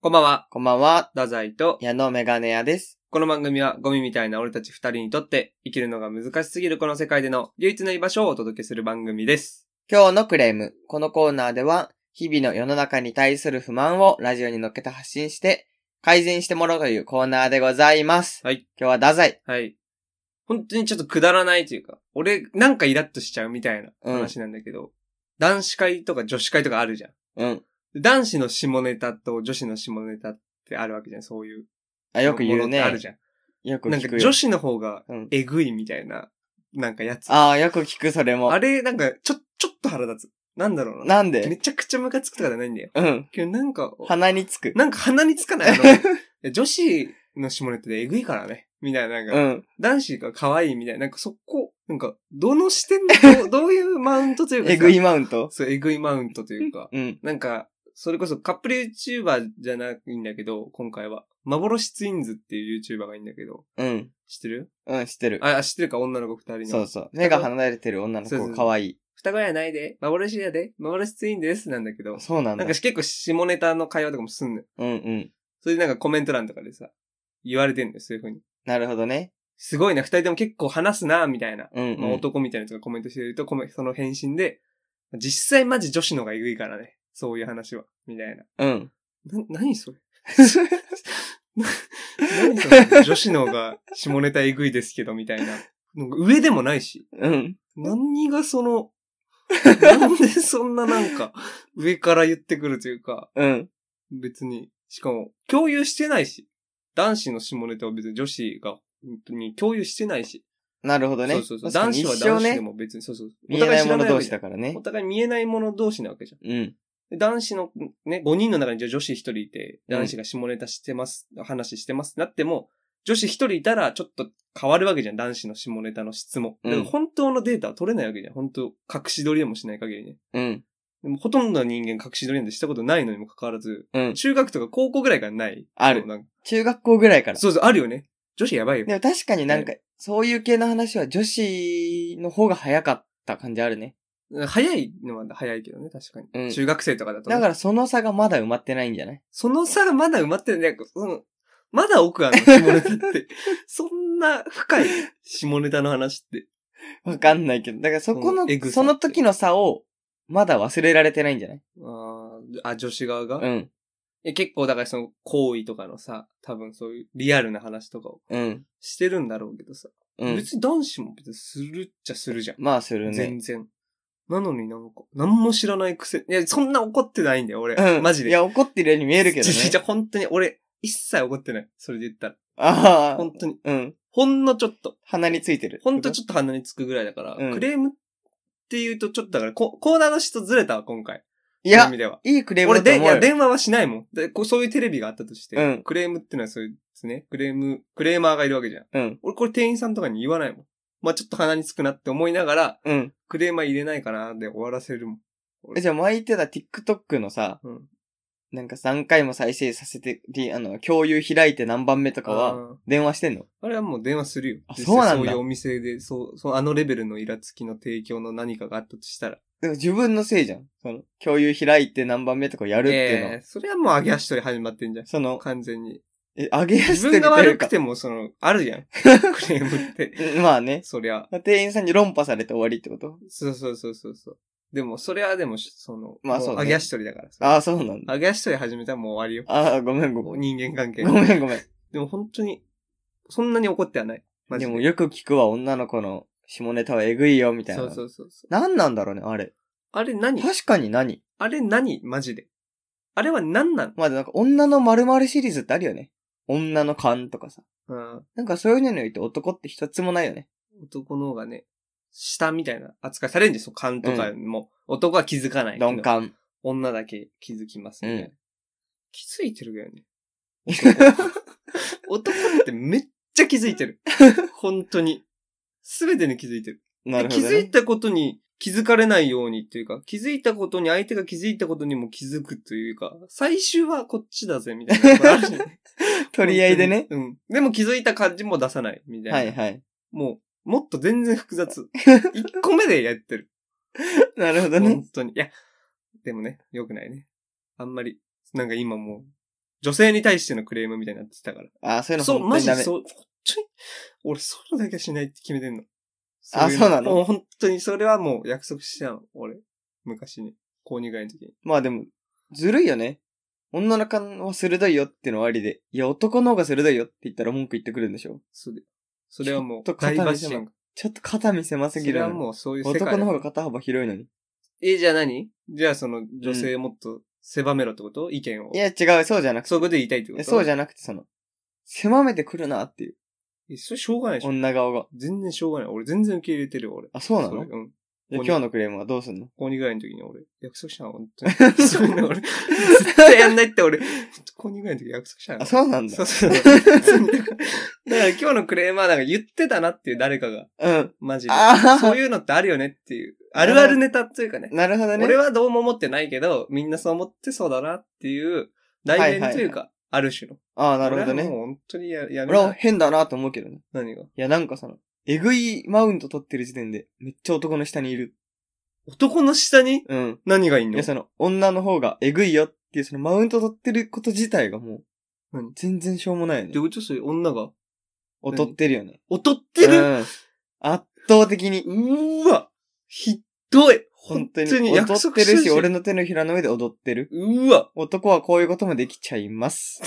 こんばんは、こんばんは、ダザイと、矢野メガネ屋です。この番組はゴミみたいな俺たち二人にとって生きるのが難しすぎるこの世界での唯一の居場所をお届けする番組です。今日のクレーム。このコーナーでは、日々の世の中に対する不満をラジオに乗っけて発信して、改善してもらおうというコーナーでございます。はい。今日は太宰。はい。本当にちょっとくだらないというか、俺なんかイラッとしちゃうみたいなうん話なんだけど、男子会とか女子会とかあるじゃん。うん。男子の下ネタと女子の下ネタってあるわけじゃん、そういう。あ、よく言ものうね。ってあるじゃん。よくなん聞かくよ。女子の方がうん。えぐいみたいな、なんかやつ。ああ、よく聞く、それも。あれ、なんか、ちょ、ちょっと腹立つ。なんだろうな。なんめでちゃくちゃムカつくとかじゃないんだよ。うん。けどなんか、鼻につく。なんか鼻につかないあのい や女子の下ネタでえぐいからね。みたいな、なんか、うん。男子が可愛いみたいな、なんかそこ、なんか、どの視点で、 どうどういうマウントというかさえぐいマウントそう、えぐいマウントというか、うん。なんか、それこそカップル YouTuber じゃないんだけど、今回は。幻ツインズっていう YouTuber がいいんだけど、うん。知ってるうん、知ってる。あ、知ってるか、女の子二人そうの。そう。目が離れてる女のそうそう子、かわいい。双子やないで、幻やで、幻ツインです、なんだけど、そうなんなだんか。結構下ネタの会話とかもすんのよ。うんうん。それでなんかコメント欄とかでさ、言われてんのよ、そういう風に。なるほどね。すごいな、二人とも結構話すな、みたいな。うん、まあ、うん。男みたいなやつがコメントしてると、コメその返信で、実際マジ女子の方がえぐいからね。そういう話は。みたいな。うん。な、何それ な何それ女子の方が下ネタえぐいですけど、みたいな。なんか上でもないし。うん。何がその、なんでそんななんか、上から言ってくるというか、うん。別に。しかも、共有してないし。男子の下ネタは別に女子が、本当に共有してないし。なるほどね。そうそうそう。確か男に子は一生男子ねでも別に、そうそう。見えないもの同わけ士じゃだんからねお。互い見えないもの同士なわけじゃんうん。で。男子のね、5人の中にじゃあ女子1人いて、男子が下ネタしてます、話してますってなっても、女子1人いたらちょっと変わるわけじゃん、男子の下ネタの質も。うんだから本当のデータは取れないわけじゃん。本当隠し撮りでもしない限りね。うん。でもほとんどの人間隠し撮りなんてしたことないのにもかかわらず、うん。中学とか高校ぐらいからない。あるそうなんか中学校ぐらいから。そうそう、あるよね。女子やばいよ。でも確かになんか、そういう系の話は女子の方が早かった感じあるね。早いのは早いけどね、確かに。うん中学生とかだとね、だからその差がまだ埋まってないんじゃないその差がまだ埋まってない。なんかそのまだ奥 あるの、下ネタって。そんな深い下ネタの話って。わかんないけど。だからそこのうんエグ、さその時の差を、まだ忘れられてないんじゃないあーあ、女子側が、うん。え結構だからその行為とかのさ、多分そういうリアルな話とかをうん。してるんだろうけどさ。うん。別に男子も別にするっちゃするじゃん。まあするね全。然。なのになんか、何も知らないくせに。いや、そんな怒ってないんだよ、俺。うん。マジで。いや、怒ってるように見えるけ どねちょちょ。ちょ本当に俺、一切怒ってない。それで言ったら。あ本当に。あ。うん。ほんのちょっと。鼻についてる。ほんとちょっと鼻につくぐらいだから、うんクレームって言うとちょっとだからコ、コーナーの人ずれたわ、今回。いいや意味、では。いいクレーム俺だとで、い思うよ。や、電話はしないもん。でこうそういうテレビがあったとして、うんクレームってのはそういうですね。クレーム、クレーマーがいるわけじゃん。うん。俺これ店員さんとかに言わないもん。まあちょっと鼻につくなって思いながら、うん。クレーマー入れないかなで終わらせるもん。えじゃあ前言ってた TikTok のさ、うん。なんか3回も再生させて、りあの、共有開いて何番目とかあは、ー電話してんのあれはもう電話するよ。あ実際そうなんだそういうお店で、そう、そう、あのレベルのイラつきの提供の何かがあったとしたら。でも自分のせいじゃん。その、共有開いて何番目とかやるっていうのは。えーそれはもう上げ足取り始まってんじゃん。その、完全に。え、上げ足自取り分がとい悪うかく。ても、その、あるじゃ ん。クレームって。うんまあね。そりゃ。店員さんに論破されて終わりってことそうそうそうそうそう。でも、それはでも、その、まあそうねも揚げ足取りだから。ああ、そうなんだ。揚げ足取り始めたらもう終わああ、ごめんりごよ。めん。人間関係ご。めんごめん。でも本当に、そんなに怒ってはない。マジでで。もよく聞くわ、女の子の下ネタはえぐいよ、みたいな。そうそうそうそう。何なんだろうね、あれ。あれ何確かに何あれ何マジで。あれは何なのまあ、なんか女の〇〇シリーズってあるよね。女の勘とかさ。うん。なんかそういうのにおいて男って一つもないよね。男の方がね、下みたいな扱いされるんですよ。勘とかも。男は気づかないけど。鈍感。女だけ気づきますみたいなうん気づいてるよね。男ってめっちゃ気づいて る。本当に。すべてに気づいてるなるほど、気ね。づいたことに気づかれないようにっていうか、気づいたことに相手が気づいたことにも気づくというか、最終はこっちだぜみたいなとこあるしね。 取り合いでね。本当に。うん。でも気づいた感じも出さないみたいな。はいはい。もう、もっと全然複 雑。1個目でやってる。なるほどね本。当に。いや、でもね、良くないね。あんまり、なんか今もう、女性に対してのクレームみたいになってたから。あーそういうのそう、本当マにジダでメ。そう、本当に、俺そういうのだけはしないって決めてんの。あいそうなのもう本当に、それはもう約束しちゃうの、俺。昔に。購入会の時に。まあでも、ずるいよね。女の勘は鋭いよってのはありで。いや、男の方が鋭いよって言ったら文句言ってくるんでしょそれそれはもう、ちょっと肩大身バッシング。ちょっと肩身狭すそれぎるはな。もうそういう世界だ男の方が肩幅広いのに。え、じゃあ何じゃあその女性もっと狭めろってこと意見を。いや、、違う、そうじゃなくて。そういうこと言いたいってこえとそうじゃゃなくて、その、狭めてくるなっていう。ん。えそれしょうがないでしょ。女顔が。全然しょうがない。俺全然受け入れてるよ、俺。あ、そうなのれうん。じゃあ今日のクレームはどうすんの購入会の時に俺、約束したの、本当 に。そういうの俺、絶対やんないって俺、購入会の時約束したのあ、。そうなんだそう。そうそう。だから今日のクレーマーなんか言ってたなっていう誰かが、うん。マジで。あそういうのってあるよねっていう。あるあるネタというかねあ、。なるほどね。俺はどうも思ってないけど、みんなそう思ってそうだなっていう、代弁というか、ある種の。ああ、なるほど俺はもね。う本当にややめ俺はない。変だなと思うけどね。何がいや、なんかその、えぐいマウント取ってる時点で、めっちゃ男の下にいる。男の下にうん。何がいんいのや、その、女の方がえぐいよっていう、その、マウント取ってること自体がもう、何全然しょうもないよねど。ういうことそれ女が劣ってるよね。劣ってうるん圧倒的に。うーわひどい本本当当に。に約踊っ束てしてるし、俺の手のひらの上で踊ってる。うわ男はこういうこともできちゃい ます。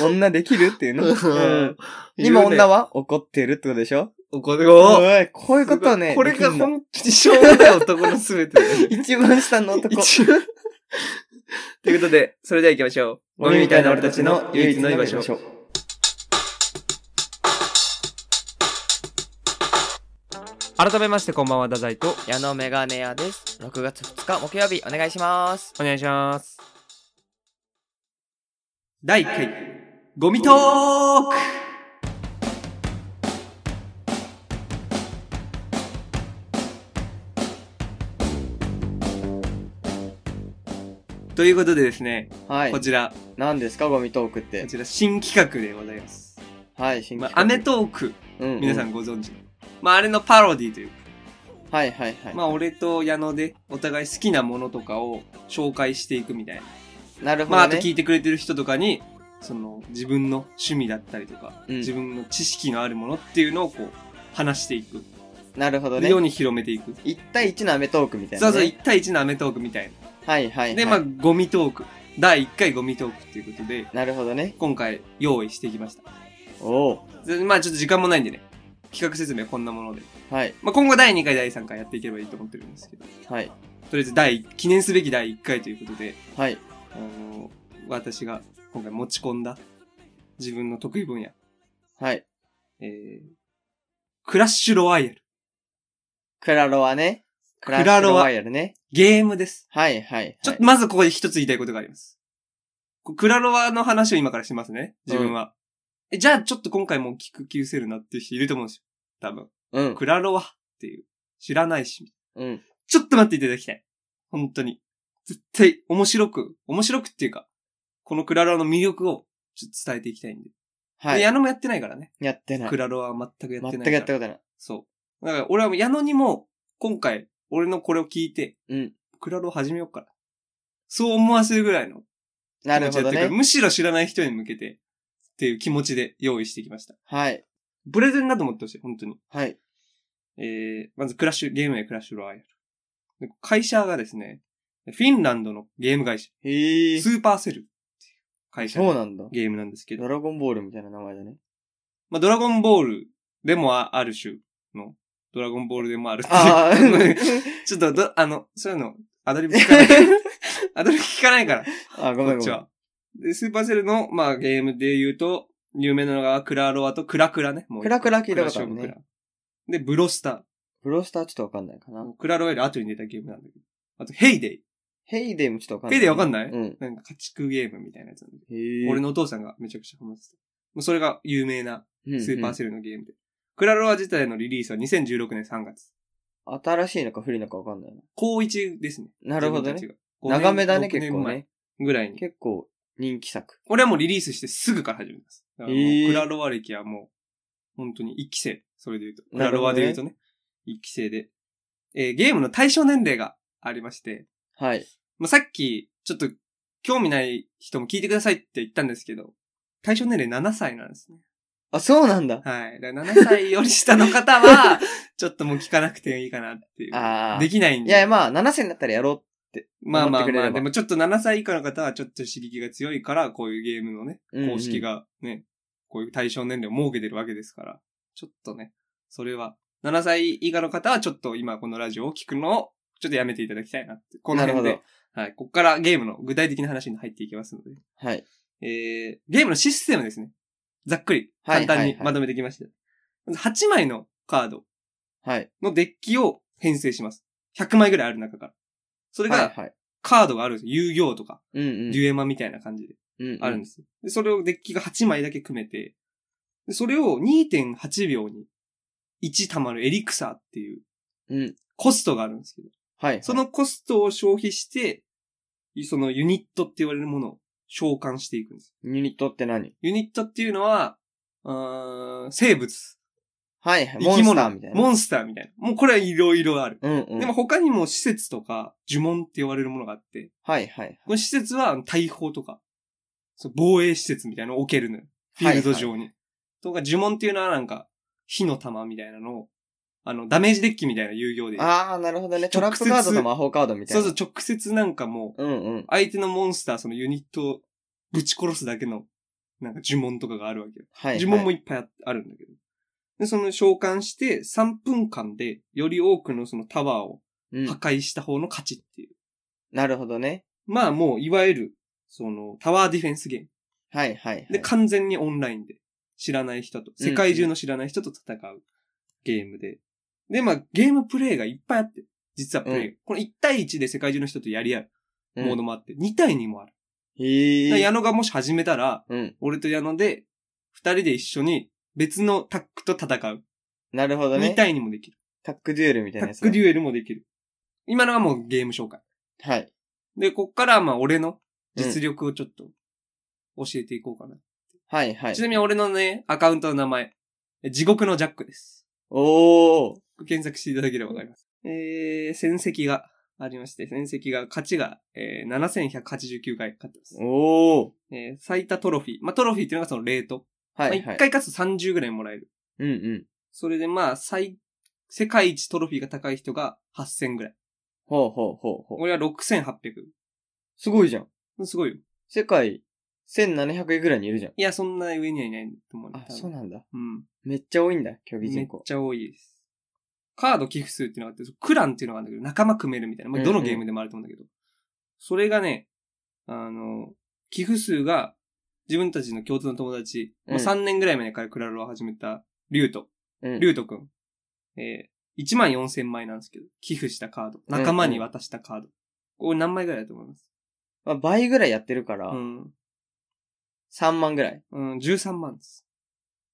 女できる っていうね。うん、今女はは怒ってるってことでしょこれをおいこういうことをね。これができんの本当にしょうもない男のすべてだよね 一番下の男。一応ということで、それでは行きましょう。ゴミみたいな俺たちの唯一の居場所。所。改めましてこんばんは、太宰と。矢野メガネ屋です。6月2日木曜日お願いします。お願いします。第1回、ゴミトークということでですね、はいこ。ちら、何ですかゴミトークっこて。ちら新企画でございます。はい、新ま規あ、アメトーク、うう皆さん。ご存知の。まあ、あれのパロディというか、はいはいはい。まあ、俺と矢野でお互い好きなものとかを紹介していくみたいな。なるほまあ、どあとね。聞いてくれてる人とかに、その、自分の趣味だったりとか、うん自分の知識のあるものっていうのをこう、話していく。なるほどね世。に広めていく。 1対1のアメトークみたいなそね。うそう、1対1のアメトークみたいはいはいな。はい。で、まあ、ゴミトーク。第1回ゴミトークっていうことで、なるほどね。今回用意してきました。おお。でまあ、ちょっと時間もないんでね。企画説明はこんなもので。はい。まあ、今後第2回、第3回やっていければいいと思ってるんですけど。とはい。りあえず、第、記念すべき第1回ということで、はい。あの、私が今回持ち込んだ自分の得意分野、はい。えー、クラッシュロワイヤル。クラロワね。クラロワラッシュワイヤルね。ゲームです。はいはいはい。ちょっと、まずここで一つ言いたいことがあります。こうクラロワの話を今からしますね、自分は。えじゃあ、ちょっと今回もう聞く気失せるなっていう人いると思うんですよ。多分。うん。クラロワっていう。知らないし。うん。ちょっと待っていただきたい。本当に。絶対、面白く、面白くっていうか、このクラロワの魅力をちょっと伝えていきたいんで。はでい。矢野もやってないからね。やってないク。ラロワは全くやってない全から。くやったことない。そう。だから俺は矢野にも、今回、俺のこれを聞いて、うん。クラロ始めようかな。そう思わせるぐらいのな気る持ちほでどっていうねか。むしろ知らない人に向けて、っていう気持ちで用意してきました。はい。プレゼンだと思ってほしい、本当に。はい。えー、まずクラッシュ、ゲーム名クラッシュロワイヤル。で会社がですね、フィンランドのゲーム会社、へえ。スーパーセルっていう会社そうのなんだ。ゲームなんですけどド、ラゴンボールみたいな名前だね。まあ、ドラゴンボールでもあある種の、ドラゴンボールで もあるっていうああ、 ちょっとど、あの、そういうの、アドリブ聞かない。アドリブ聞かないから。 あ、ごこめっんごちめん。は。で、スーパーセルの、まあ、ゲームで言うと、有名なのが、クラロワとクラクラね。もうクラクラ聞いクたラこと勝ある負クねラ。。で、ブロスタブロスターちょっとわかんないかなー。。クラロワより後に出たゲームなんだけど。あと、ヘイデイ。ヘイデイもちょっとわかんなヘい。イデイわかんないうん。なんか家畜ゲームみたいなやつなんだけへえ。ど。俺のお父さんがめちゃくちゃハマってた。もうそれが有名なうん、スーパーセセルのゲームで。クラロワ自体のリリースは2016年3月。新しいのか古いのかわかんないな。高1ですね。なるほど自ね。分たちが。長めだね、 5年結6年構。ね。前ぐらいに。結構人気作。俺はもうリリースしてすぐから始めます。だからもうへークラロワ歴はもう、本当に1期生。それで言うと。クなラるロほどワねで言うとね。1期生で。えーゲームの対象年齢がありまして、はい。まあ、さっき、ちょっと興味ない人も聞いてくださいって言ったんですけど、対象年齢7歳なんですね。あ、そうなんだ。はい。だから7歳より下の方 は、ちょっともう聞かなくていいかなっていう。ああ。でいきないんで。やいや、まあ、7歳になったらやろまあま思っあてくれまれあ、ばでもちょっと7歳以下の方はちょっと刺激が強いから、こういうゲームのね、うんうん公式がね、こういう対象年齢を設けてるわけですから、ちょっとね、それは、7歳以下の方はちょっと今このラジオを聞くのを、ちょっとやめていただきたいなって。こう。のなる辺ほでど。。はい。ここからゲームの具体的な話に入っていきますので。はい。えー、ゲームのシステムですね。ざっくり、は簡い単はいにはいまとめてきました。まず8枚のカードはい。のデッキを編成します。100枚ぐらいある中から。それはいが、はい。カードがあるんです。遊行とか、うんうん。デュエマみたいな感じでうんうんあるんです。でそれをデッキが8枚だけ組めて、でそれを2.8秒に1溜まるエリクサーっていううん。コストがあるんですけど、はい。そ、のコストを消費して、そのユニットって言われるものを召喚していくんです。ユニットって何ユニットっていうのは、うーん生物、はいはい。生モきンス物ターみたいな。モンスターみたいな。もうこれはいろいろある。うんうん。でも、他にも施設とか呪文って言われるものがあって、はいはい。この施設は大砲とか、そう防衛施設みたいなのを置けるのよ。フィールド上に。とか、呪文っていうのはなんか、火の玉みたいなのを、あの、ダメージデッキみたいな遊戯王で。ああ、なるほどね。トラ直ッ接プカードと魔法カードみたいそな。うそう、直接なんかもう、う。うんうん。相手のモンスター、そのユニットをぶち殺すだけの、なんか呪文とかがあるわけよ。はい、はい。呪文もいっぱいああるんだけど。で、その召喚して、3分間で、より多くのそのタワーをうん破壊した方の勝ちっていう。なるほどね。まあもう、いわゆる、その、タワーディフェンスゲーム。はいはいはい。で、完全にオンラインで、知らない人と、世界中の知らない人と戦うゲームで。で、まあ、ゲームプレイがいっぱいあって、実はプレイが。うこの1対1で世界中の人とやり合ううんモードもあって、2対2もある。へだからえ。矢野がもし始めたら、うん。俺と矢野で、2人で一緒に別のタックと戦う。なるほどね。 2対2もできる。タックデュエルみたいタなやッつだ。クデュエルもできる。今のはもうゲーム紹介。はい。で、こっからはまあ、俺のうん実力をちょっと教えていこうかな。はいはい。ちなみに俺のね、アカウントの名前、地獄のジャックです。おー。検索していただければわかります。えー、戦績がありまして、戦績が、勝ちが、えー、7189回勝ってます。おー。えー、最多トロフィー。まあ、トロフィーっていうのがそのレート。はいはい。まあ、1回勝つと30ぐらいもらえる。うんうん。それでまあ、最、世界一トロフィーが高い人が8000ぐらい。ほうほうほうほう。俺は6800。すごいじゃん。すごいよ。世界、1700位ぐらいにいるじゃん。いや、そんな上にはいないと思うね、あ、そうなんだ。うん。めっちゃ多いんだ、競技め人っ口。ちゃ多いです。カード寄付数っていうのがあって、クランっていうのがあるんだけど、仲間組めるみたいな。まあ、どうのんうんゲームでもあると思うんだけど。それがね、あの、寄付数が、自分たちの共通の友達、もううん3年ぐらい前からクラロを始めた、リュウト、うんリュウトくん。えー、1万4千枚なんですけど、寄付したカード、仲間に渡したカード。これ何枚ぐらいだと思いますまあ、倍ぐらいやってるから、うん。 3万ぐらい。うん、13万です。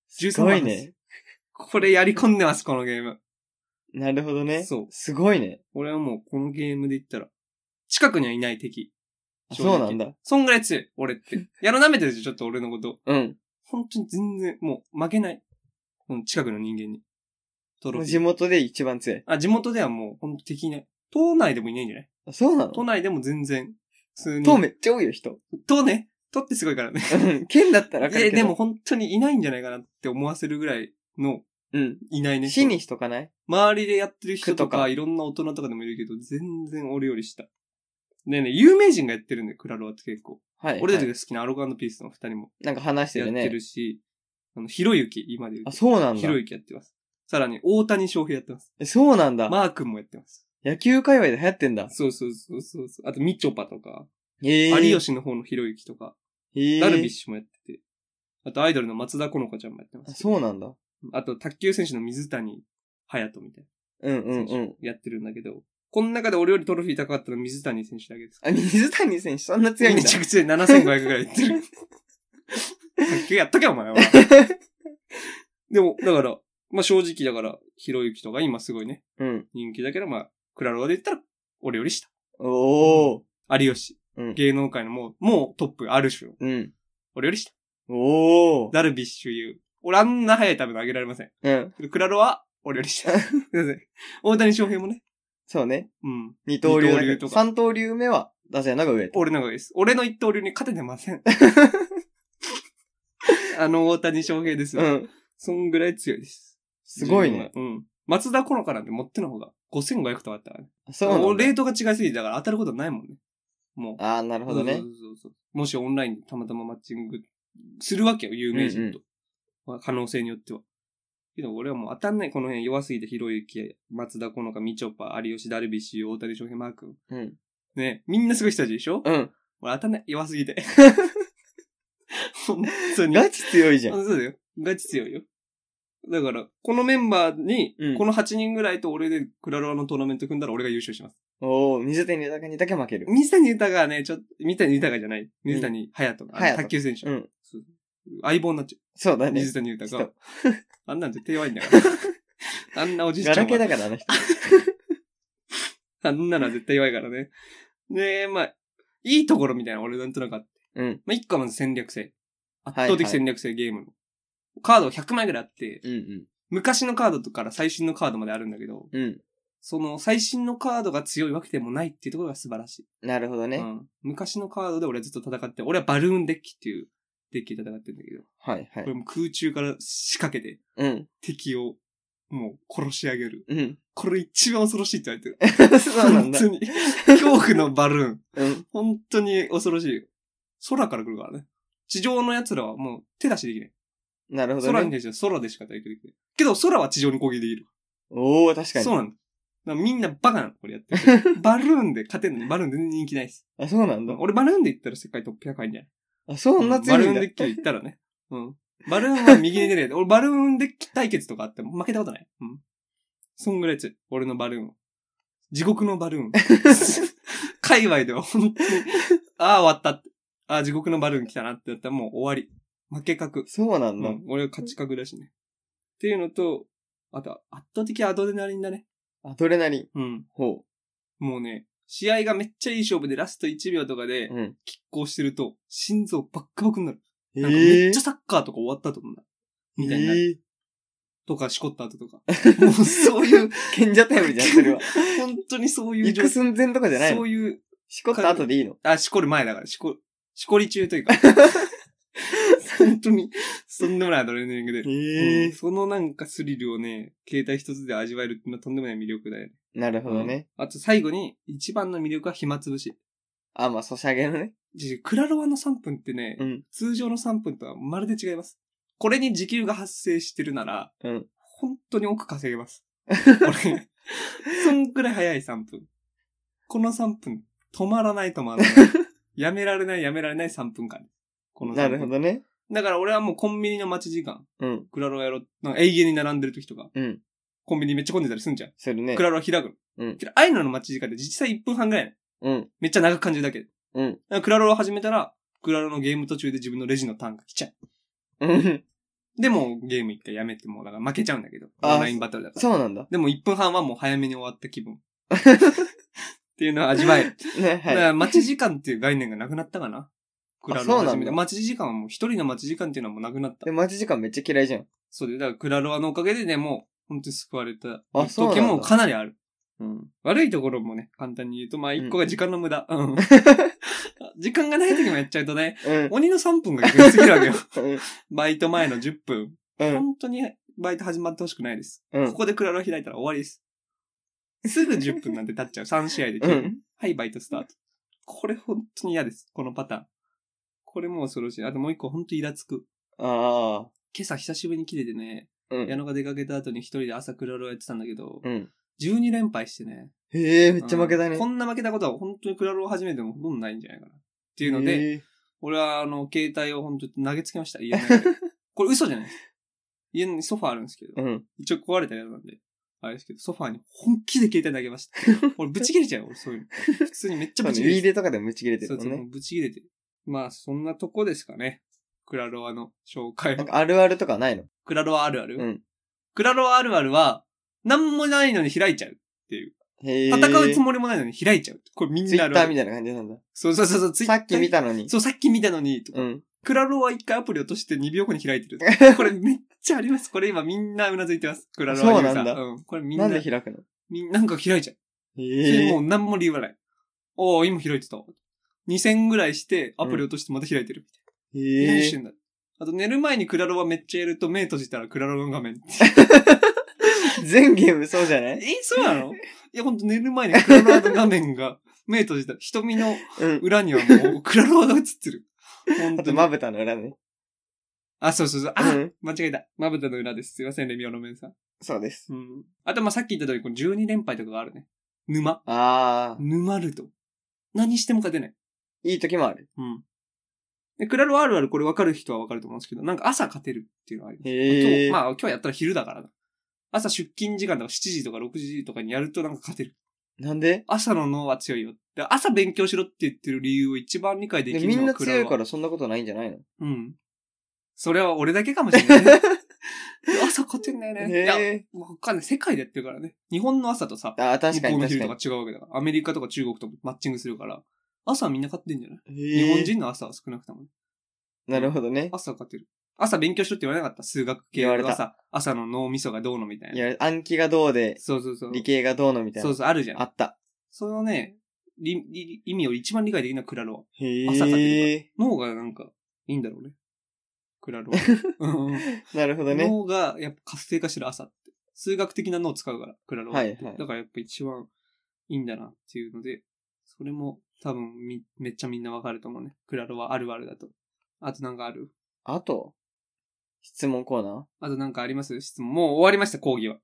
す13ごい万です。ね。これやり込んでます、このゲーム。なるほどね。そうすごいね。俺はもうこのゲームで言ったら、近くにはいない敵。あ正直そうなんだ。そんぐらい強い、俺って。やらなめてるでしょ、ちょっと俺のこと。うん。本当に全然、もう負けない。この近くの人間に。トロフィー地元で一番強い。あ、地元ではもう本当敵いない。島内でもいないんじゃないあそうなの都内でも全然、普通に。塔めっちゃ多いよ、人。島ね。島ってすごいから ね。うん県だったらわかるえ、けど。でも、本当にいないんじゃないかなって思わせるぐらいの、うん。いないね。死にしとかない周りでやってる人と区とか、かいろんな大人とかでもいるけど、全然俺より下。ねえねえ、有名人がやってるんだよ、クラロワって結構。はい。俺たちはが好きなアルコピースの二人もいなんか話してやっるてねる。し、あの、ひろゆき、今で言あ、うそうなと。んひだろ。ゆきやってます。さらに、大谷翔平やってます。えそうなんだ。マー君もやってます。野球界隈で流行ってんだ。そうそうそうそうそう。あと、みちょぱとか、ええ。有吉の方のひろゆきとか、ええ。ダルビッシュもやってて、あと、アイドルの松田好花ちゃんもやってまあす。そうなんだ。あと、卓球選手の水谷隼人みたいうんうんなう選ん。手やってるんだけど、この中で俺よりトロフィー高かったのは水谷選手だけです。あ、水谷選手そんな強いんだめち。ゃくちゃ7500ぐらいいって る。卓球やっとけ、お前は。 でも、だから、まあ正直だから、ひろゆきとか今すごいね、うん。人気だけど、まあ、クラロワで言ったら、俺より下。おー。有吉。うん。芸能界のもう、もうトップ、ある種の。うん。俺より下。おー。ダルビッシュ有。俺あんな早い球投げられません。うん。クラロワ、俺より 下。すいません。大谷翔平もね。そうね。うん。二刀流だけ二刀流とど。か三刀流目はダセのが上と。俺の方がいいです。俺の一刀流に勝ててま せん。あの大谷翔平ですよ。うん。そんぐらい強いです。すごいね。自分は。うん。松田好花なんて持っての方が5500とかあったからね。そうなんだもレートが違いすぎて、だから当たることないもんね。もう。ああ、なるほどねそう。そうそうそうもしオンラインでたまたまマッチングするわけよ、有名人と。まあ可能性によっては。けど俺はもう当たんない。この辺弱すぎて、ひろゆき、松田好花、みちょぱ、有吉、ダルビッシュ、大谷翔平、マー君。うん。ねみんなすごい人たちでしょ、うん。俺当たんない。弱すぎ て。本当に。ガチ強いじゃん。あそうだよ。ガチ強いよ。だから、このメンバーに、うんこの8人ぐらいと俺でクラロワのトーナメント組んだら俺が優勝します。おー、水谷豊にだけ負ける。水谷豊がね、ちょっと、水谷豊じゃない。水谷隼人。あの隼人卓球選手。うん。そう相棒になっちそうゃだう。ね水。谷豊そがう。 あんなんじゃ手弱いんだから。あんなおじいち ガゃラんケーは。だからあの人。あん なのは絶対弱いからね。で、まあ、いいところみたいなの俺なんとなくあって。うん。まあ、一個はまず戦略性。圧圧倒的戦略性、ゲームの。カード100枚ぐらいあって、うんうん。昔のカードとかから最新のカードまであるんだけど、うん。その最新のカードが強いわけでもないっていうところが素晴らしい。なるほどね。うん、昔のカードで俺はずっと戦って、俺はバルーンデッキっていうデッキで戦ってるんだけど、はいはこれい。も空中から仕掛けてうん。敵をもう殺し上げる。 うん。これ一番恐ろしいって言われてる。 そうなんだ本。当に。恐怖のバルーン。うん。本当に恐ろしいよ。空から来るからね。地上の奴らはもう手出しできない。なるほど空にね。対しては空でしか対抗できない。けど空は地上に攻撃できる。おー、確かに。そうなんだ。だからみんなバカなの、これや ってる。バルーンで勝てんのに、バルーン全然人気ないです。あ、そうなんだ。俺バルーンで言ったら世界トップ100入んじゃないあ、そんな強バいルんーンだデ。ッキで言ったらね。うん。バルーンは右に出 るやつ。俺バルーンデッキ対決とかあっても負けたことない。うん。そんぐらい強い。俺のバルーンは。地獄のバルーン。 界隈では本当に、ああ終わったって。ああ地獄のバルーン来たなってなったらもう終わり。負け格。そうなうんだ。ん。俺は勝ち格だしね。っていうのと、あと圧倒的アドレナリンだね。アドレナリン。うん。ほもうね、試合がめっちゃいい勝負でラスト1秒とかでう。うん。拮抗してると、心臓バックバックになる。えなんかめっーちゃサッカーとか終わったと思うんだ。みたいな。えとか、しこった後 とか。もうそういう、ー。賢 者タイムじゃん、それは。 本当にそういう行状く況。寸前とかじゃないそのういう、しこった後でいいのあ、しこる前だから、しこ、しこり中という か。 本当に、そんでもないアドレナリンが出える。うーんそのなんかスリルをね、携帯一つで味わえるっていうのはとんでもない魅力だよね。なるほどね。あと最後に、一番の魅力は暇つぶし。あ、まあ、ソシャゲのね。じクラロワの3分ってね、うん。通常の3分とはまるで違います。これに時給が発生してるなら、うん本当に奥稼げ ます。俺、そんくらい早い3分。この3分、止まらない止 まらない。やめられないやめられない3分間。この3分。なるほどね。だから俺はもうコンビニの待ち時間、うん。クラロワやろ、なんか永遠に並んでる時とか、うん。コンビニめっちゃ混んでたりすんじゃん。するねク。ラロワ開くの。うんけど、ああいうのの待ち時間って実際1分半ぐらいなの。うん。めっちゃ長く感じるだけで。うん。だからクラロワ始めたら、クラロワのゲーム途中で自分のレジのターンが来ちゃう。 うん。で、もうゲーム一回やめても、だから負けちゃうんだけど。あーオンラインバトルだから。そうなんだ。でも1分半はもう早めに終わった気分。っていうのは味わえる。 ね、だかはら待ち時間っていう概念がなくなったかな。クラロワそうなんだ始めて。待ち時間はもう一人の待ち時間っていうのはもうなくなっい。たで、。待ち時間めっちゃ嫌いじゃん。そうで、だからクラロワのおかげでね、もう本当に救われたあそうなん時だもかなりある。うん、悪いところもね、簡単に言うと、まあ一個が時間の無駄。 うん時間がない時もやっちゃうとね、うん。鬼の3分が逆に過ぎるわけ よ。うん。バイト前の10分。うん。本当にバイト始まってほしくないです。うんここでクラロワ開いたら終わりです。すぐ10分なんて経っちゃう。3試合で9う分、ん。はい、バイトスタート。これ本当に嫌です。このパターン。これもう恐ろしい。あともう一個本当イラつく。ああ。今朝久しぶりに切れてね、うん矢。野が出かけた後に一人で朝クラロワやってたんだけど、うん。 12連敗してね。へえ、めっちゃ負けたうね。んこんな負けたことは本当にクラロワ始めてもほとんどないんじゃないかな。っていうので、へえ、俺はあの、携帯を本当に投げつけました。家 の中で。これ嘘じゃないです。家にソファーあるんですけど、うん。一応壊れたやつなんで、あれですけど、ソファーに本気で携帯投げま した。俺、ぶち切れちゃうよ、俺、そういうの。普通にめっちゃそうぶね、ちウ切れィーちゃレとかでもち切れう。てそるうもそんう、ね。ぶち切れてる。まあ、そんなとこですかね。クラロワの紹介なんは。かあるあるとかないのクラロワあるある、うんクラロワあるあるは、なんもないのに開いちゃう。へえ。戦うつももりもないのに開いちゃう。これみんツイなあッるタあーるみたいな感じなんだ。そうそうそうそう、ツイッタさーっき見たのに。そう、さっき見たのに、とかうん。クラロワ一回アプリ落として2秒後に開いてる。 これめっちゃあります。これ今みんなうなずいてます。クラロワユーザーそうなんだうん。これみんな、なんで開くのみんななんか開いちゃう。それへもえう。何も理由はない。おお今開いてた。 2000ぐらいして、アプリ落としてまた開いてる。え何してえんだあと寝る前にクラロワめっちゃやると目閉じたらクラロワの画面。全ゲームそうじゃなえい、そうな のいや、ほんと寝る前にクラロワの画面が、 目閉じたら瞳のうん。裏にはも うクラロワが映ってる。ほんあとと、にまぶたの裏ね。あ、そうそうそう。うあ、ん。間違えた。まぶたの裏です。すいません、レミオロメンさん。そうです。うん。あと、まあ、さっき言った通り、この12連敗とかがあるね。沼。ああ、沼ると。何しても勝てない。いい時もある。うん。で、クラロワあるあるこれ分かる人は分かると思うんですけど、なんか朝勝てるっていうのがあります。へ今え。日まあ今日やったら昼だからな。朝出勤時間とか7時とか6時とかにやるとなんか勝てる。なんで朝の脳は強いよ。で朝勉強しろって言ってる理由を一番理解できでるのはみんな強いクラかロらそんなことないんじゃないのワ。うん。それは俺だけかもしれ ない、ね。朝勝てんだよね。いや、へえ。わかんない。世界でやってるからね。日本の朝とさ、あー確向かこうにの確昼かとか違うわけだから。アメリカとか中国とマッチングするから。朝はみんな勝ってんじゃないに。日日本人の朝は少なくともね。なるほどね。朝勝てる。朝勉強しろって言われなかった数学系言われはたさ、朝の脳みそがどうのみたいいな。や、暗記がどうで、そうそうそう。理系がどうのみたいそなう。そう、あるじゃあん。った。そのね、りり意味を一番理解できないクラロへ朝かえ。ワ。脳がなんか、いいんだろうね。クラロ ワ。うんなるほどね。脳がやっぱ活性化してる朝って。数学的な脳を使うから、クラロワって。はいはいだからやっぱ一番いいんだなっていうので、それも多分みめっちゃみんなわかると思うね。クラロワあるあるだと。あとなんかあるあと、質問コーナーあとなんかあります質問。もう終わりました、講義は。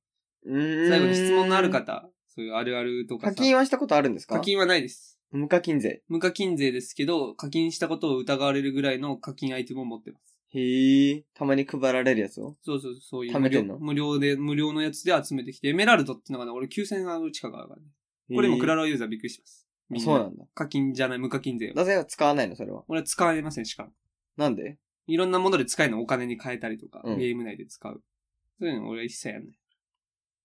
うーん最後に質問のある。方、そういうあるあるとか課さ。金はしたことあるんですか課金はないです。無課金税。無課金税ですけど、課金したことを疑われるぐらいの課金アイテムを持ってます。へえ。たまに配られるやつを。そうそう、そういう貯無めて料んの無料で、無料のやつで集めてきて、エメラルドってのがね、俺9000近くあるからね。これもクラロロワユーザーびっくりします。みんそうな。なんだ。課金じゃない、無課金税は。なぜか使わないのそれは。俺は使えません、しかも。なんでいろんなもので使えるのお金に変えたりとか、うんゲーム内で使う。そういうの俺は一切やんない。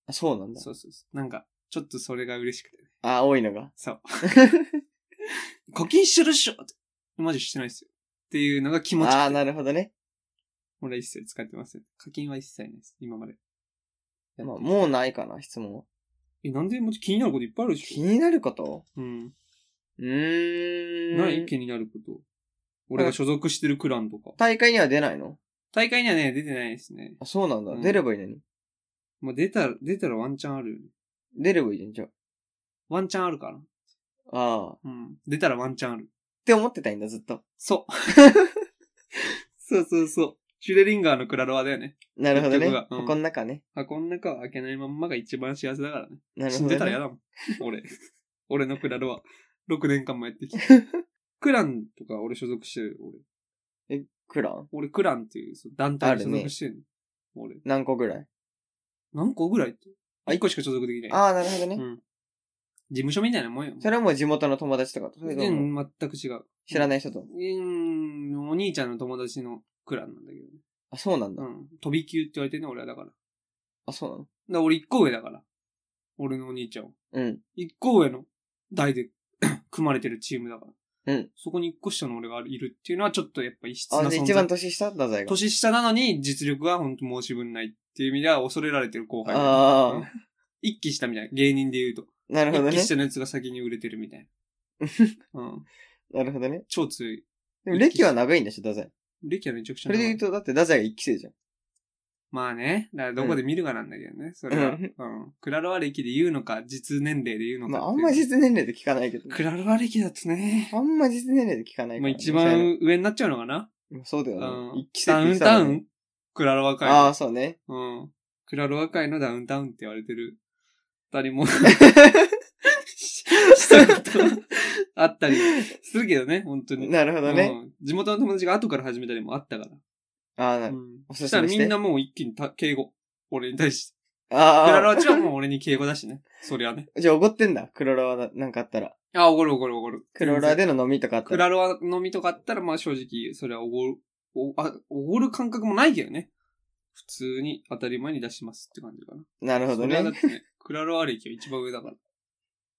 あそうなんだ。そうそうそう。なんか、ちょっとそれが嬉しくて。あ、多いのが。 そう。課金してるっしょってマジしてないっすよ。っていうのが気持ちああ、いい。なるほどね。俺は一切使ってません。課金は一切ないです。今まで。まあ、もうないかな、質問。え、なんでも気になることいっぱいあるで気 しょになることうん。うーん。ない気になること。俺が所属してるクランとか。大会には出ないの大会にはね、出てないですね。あ、そうなんだ。うん出ればいいのに。まあ、出たら、出たらワンチャンあるよね。出ればいいじゃん、じゃワンチャンあるから。あ。ああ。っうん。出たらワンチャンある。て思ってたいんだ、ずっと。そう。 そうそうそう。シュレリンガーのクラロワだよね。なるほどね。結局はうんこの中ね。箱の中は開けないまんまが一番幸せだからね。なる死ほんど、でね。たら嫌だもん。 俺。俺のクラロは。6年間もやってき て。クランとか俺所属してる。俺、クラン俺クランっていうその団体に所属してるの。俺。何個ぐらい何個ぐらいって。あ、1個しか所属できない。ああ、なるほどうね。ん。事務所みたいなもんよ。それはもう地元の友達とかと。それとうもん全く違う。知らない人と。うーん、お兄ちゃんの友達のクランなんだけどね。あ、そうなんだう。ん。飛び級って言われてるね、俺はだから。だかあ、そうなのら俺1個上だから。俺のお兄ちゃんは。うん。 1個上の代で 組まれてるチームだから。うん。そこに1個下の俺がいるっていうのはちょっとやっぱ異質なあ、存で、在。一番年下だぜが。年下なのに実力が本当申し分ないっていう意味では恐れられてる後輩だね。あうん一期下みたいな。芸人で言うと。あ、なるほど一期ね。下のやつが先に売れてるみたい な。うん。なるほどね。超強い。でも、歴は長いんでしょ、太宰。レキはめちゃくちゃそれで言うと、だって太宰が一期生じゃん。まあね。だからどこで見るかなんだけどね。それは。ううんん。クラロワ歴で言うのか、実年齢で言うのかっていまう。あ、あんま実年齢で聞かないけど。クラロワ歴だとね。あんま実年齢で聞かないかまあら。一番上になっちゃうのかなそうだうよね。ん一。期生ダっウて言っンてたタウもんねンクラロワ界。ああ、そ うね。うん。クラロワ界のダウンタウンって言われて る。二人も、したことあったりするけどね、本当に。 なるほどね。うん地元の友達が後から始めたりもあったから。ああ、なうるん。おそしすすたらめしみてんなもう一気にた敬語。俺に対して。クラロあワちゃんも俺に敬語だしね。そりゃね。あ、じゃあ、おごってんだ。クロラはななんかあったら。あ、おごるおごるおごる。クロラでの飲みとかあったクら。ラロワ飲みとかあったら、まあ正直、それはおごる、お、あ、おごる感覚もないけどね。普通に当たり前に出しますって感じかな。なるほどそれはだねっ。てね、クラロワ歴は一番上だから。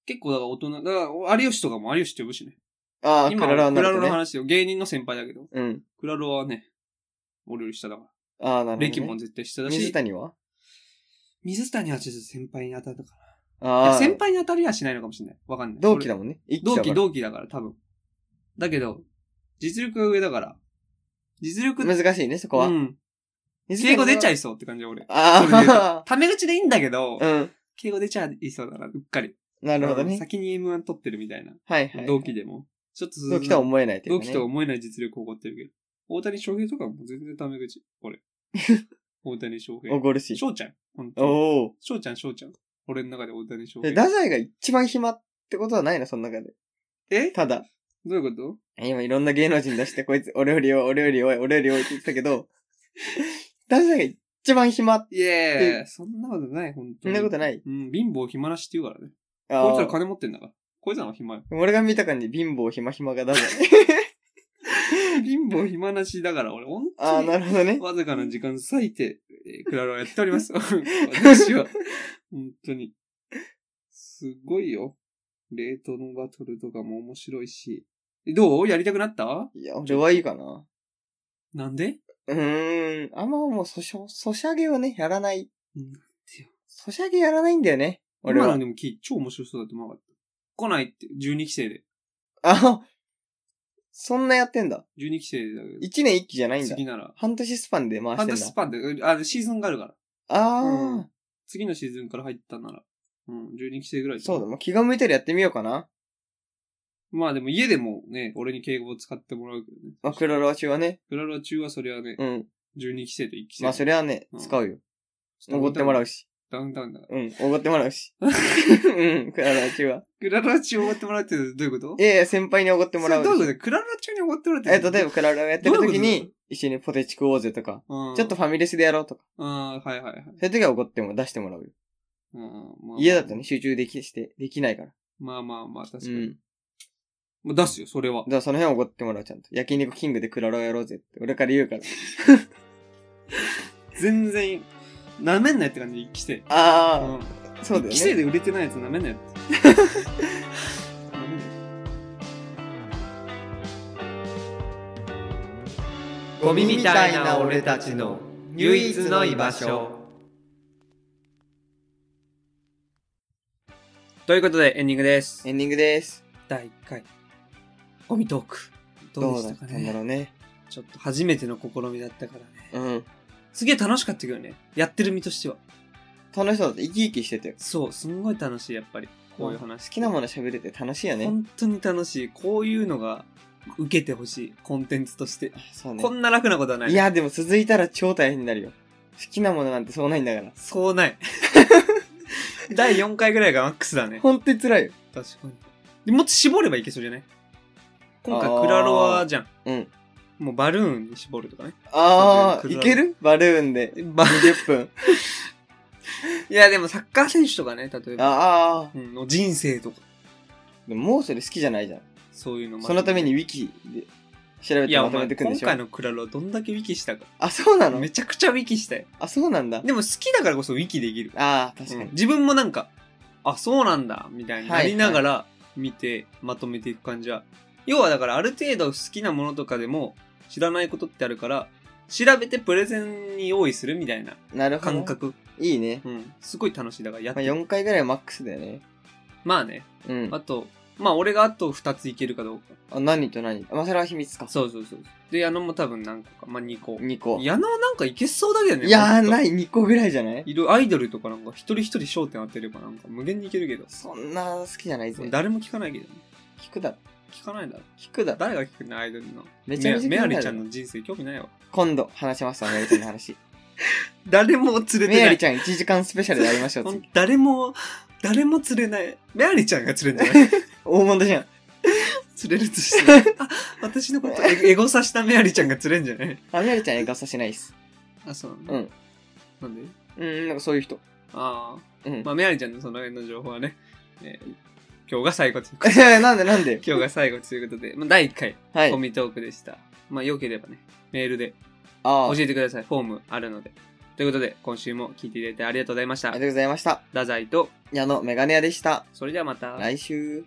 結構だから大人、だから、有吉とかも有吉って呼ぶしね。ああ、ク今はロラはクなラるロのほどね。話よ。芸人の先輩だけど、うん。クラロワはね、俺より下だかああ、なら。る歴ほどもね。絶対下だし。水谷は水谷はちょっと先輩に当たるかあな。あ。先輩に当たりはしないのかもしれない。わかんない。同期だもん。もんね。一期だ同か期、ら同期だから多分。だけど、実力が上だから。実力難しいね、そこは。うん。敬語出ちゃいいそうって感じだ俺。それで言うとあタメ口でいいんだけどあ、、 うん。敬語出ちゃいそうだな、うっかり。なるほどうんね。先に M1 取ってるみたいな。はいはい。同期でも。ちょっと同期とは思えないとい同うかね期とは思えない実力を誇ってるけど。大谷翔平とかも全然タメ口。 俺。大谷翔お平。ごるし。翔ちゃん。本当に。おお。翔ちゃん、翔ちゃん。俺の中で大谷翔え、平。太宰が一番暇ってことはないの、その中で。えただ、どういうこと今いろんな芸能人出して、こいつ、俺より多い、俺より多い、俺より多いって言ってたけど、太宰が一番暇って、いえー、そんなことない、本当そんに。なことない。うん、貧乏暇なしって言うからね。あこいつらー金持ってんだから。こいつらは 暇よ。俺が見た感じ、貧乏暇暇 が太宰。貧乏暇なしだから、俺、本あ当あ、になる ほどね。わずかな時間割いて、えークラロをやっており ます。私は、本当に。すごいよ。冷凍のバトルとかも面白いし。どうやりたくなったいや、俺はいいかな。なんでうーん。あんまもう、そしょ、そしゃげをね、やらない。うんそしゃげやらないんだよね。俺今のは。でも聞い超面白そうだと思わなかった。来ないって、12期生で。あ、そんなやってんだ。 12期生だけ一年一期じゃないど、んだ次。なら。半年スパンで回して半んだ。年スパンで、あ、シーズンがあるから。ああ、うん次のシーズンから入ったなら。うん、12期生ぐらいそうだ。だ。もう気が向いたらやってみようかな。まあでも家でもね、俺に敬語を使ってもらうけどね。まあ、クロロ中はね。クラロワ中はそれはね、うん。 12期生と1期生。まあ、それはね、うん使うよ。おごってもらうし。し。ダウンタウンだから。うん。おごってもら うし。うん。クロロ中は。クララ中おごってもらうってどういうこといやいや、先輩におごってもらうしそれどういうことクララ中におごってもらうってえ、例えばば、クラロやってる時どういうこに、一緒にポテチ食おうぜとか、うんちょっと、ファミレスでやろうとか、ああ、はいはいはい。そういう時はおごっても出してもらうよ。うんまあ家だとね、。集中できして、できないから。まあまあまあ、確うかに。ん。まあ出すよ、それはだ。からその辺はおごってもらう、ちゃんと。焼肉キングでクラロやろうぜって、俺から 言うから。全然、なめんなよって感じ、1期生。あんあ、そうだよ規制ね。で売れてないやつ舐めんなよ。舐めんなよ ゴミみたいな俺たちの唯一の居場所。ということでエンディングですエ。ンディングです。第1回。ゴミトーク。どうどでうしただっかたねんだろうね。ちょっと初めての試みだったからね。うん。すげえ楽しかったけどね。やってる身としては。楽しそうだった。生き生きしてたよ。そう、すんごい楽しい、やっぱり。こういう話。好きなもの喋れて楽しいよね。本当に楽しい。こういうのが受けてほしい。コンテンツとして。そうねこ。んな楽なことはない。いや、でも続いたら超大変になるよ。好きなものなんてそうないんだから。そう ない。第4回ぐらいがマックスだね。本当に辛いよ。確かに。でもっと絞ればいけそうじゃない今あー回クラロワじゃん。うん。もうバルーンに絞るとかね。ああ、そうねいけるバルーンで。バ20分。いや、でもサッカー選手とかね、例えば。ああ。うん、の人生とか。でももうそれ好きじゃないじゃん。そういうのもあるそのためにウィキで調べいてや、まおと前、めてくん今でしょ回。のクラロワどんだけウィキしたか。あ、そうなのめちゃくちゃウィキしたよ。あ、そうなんだ。でも好きだからこそウィキできる。ああ、確かうんに。自分もなんか、あ、そうなんだ、みたいになりながら見て、まとめていく感じは。要はだから、ある程度好きなものとかでも、知らないことってあるから、調べてプレゼンに用意するみたいななるほど。感覚。いいね。うん。すごい楽しい。だからやっまあ、て、 4回ぐらいマックスだよね。まあね。うん。あと、まあ俺があと2ついけるかどうか。あ、何と何まあ、それは秘密か。そうそうそう。で、矢野も多分何個か。まあ2個。 2個。いや矢野はなんかいけそうだけどね。。ー、ないい、2個ぐらいじゃないいるアイドルとかなんか一人一人焦点当てればなんか無限にいけるけど。そんな好きじゃないぜ。誰も聞かないけどね。聞くだろ。聞かないだろ。聞くだろ。誰が聞くのアイドルの。めちゃめちゃメ気アにリなちゃんる。の人生興味ないわ。今度話しますわ、メアリちゃん の話。誰も釣れてない。メアリちゃん1時間スペシャルでやりましょう、ほん 次。誰も、誰も釣れない。メアリちゃんが釣れんじゃ ない大物じゃん。釣れるとして も。あ、私のことエエゴさしたメアリちゃんが釣れんじゃないあ、メアリちゃん映画さしないっす。あ、そうなうのん。なんでうん、なんかそういう人。ああ。うん。まあ、メアリちゃんのその辺の情報はね、えー今日が最後といういやいや なんでなんで今日が最後ということで、まあ、第1回、はいコ。ミトークでした。まあ、良ければね、メールでああ。教ありえてください。フォームあるので。ということで、今週も聞いていただいてありがとうございましたがと。うございました。太宰と、矢野メガネ屋でした。それではまた。来週。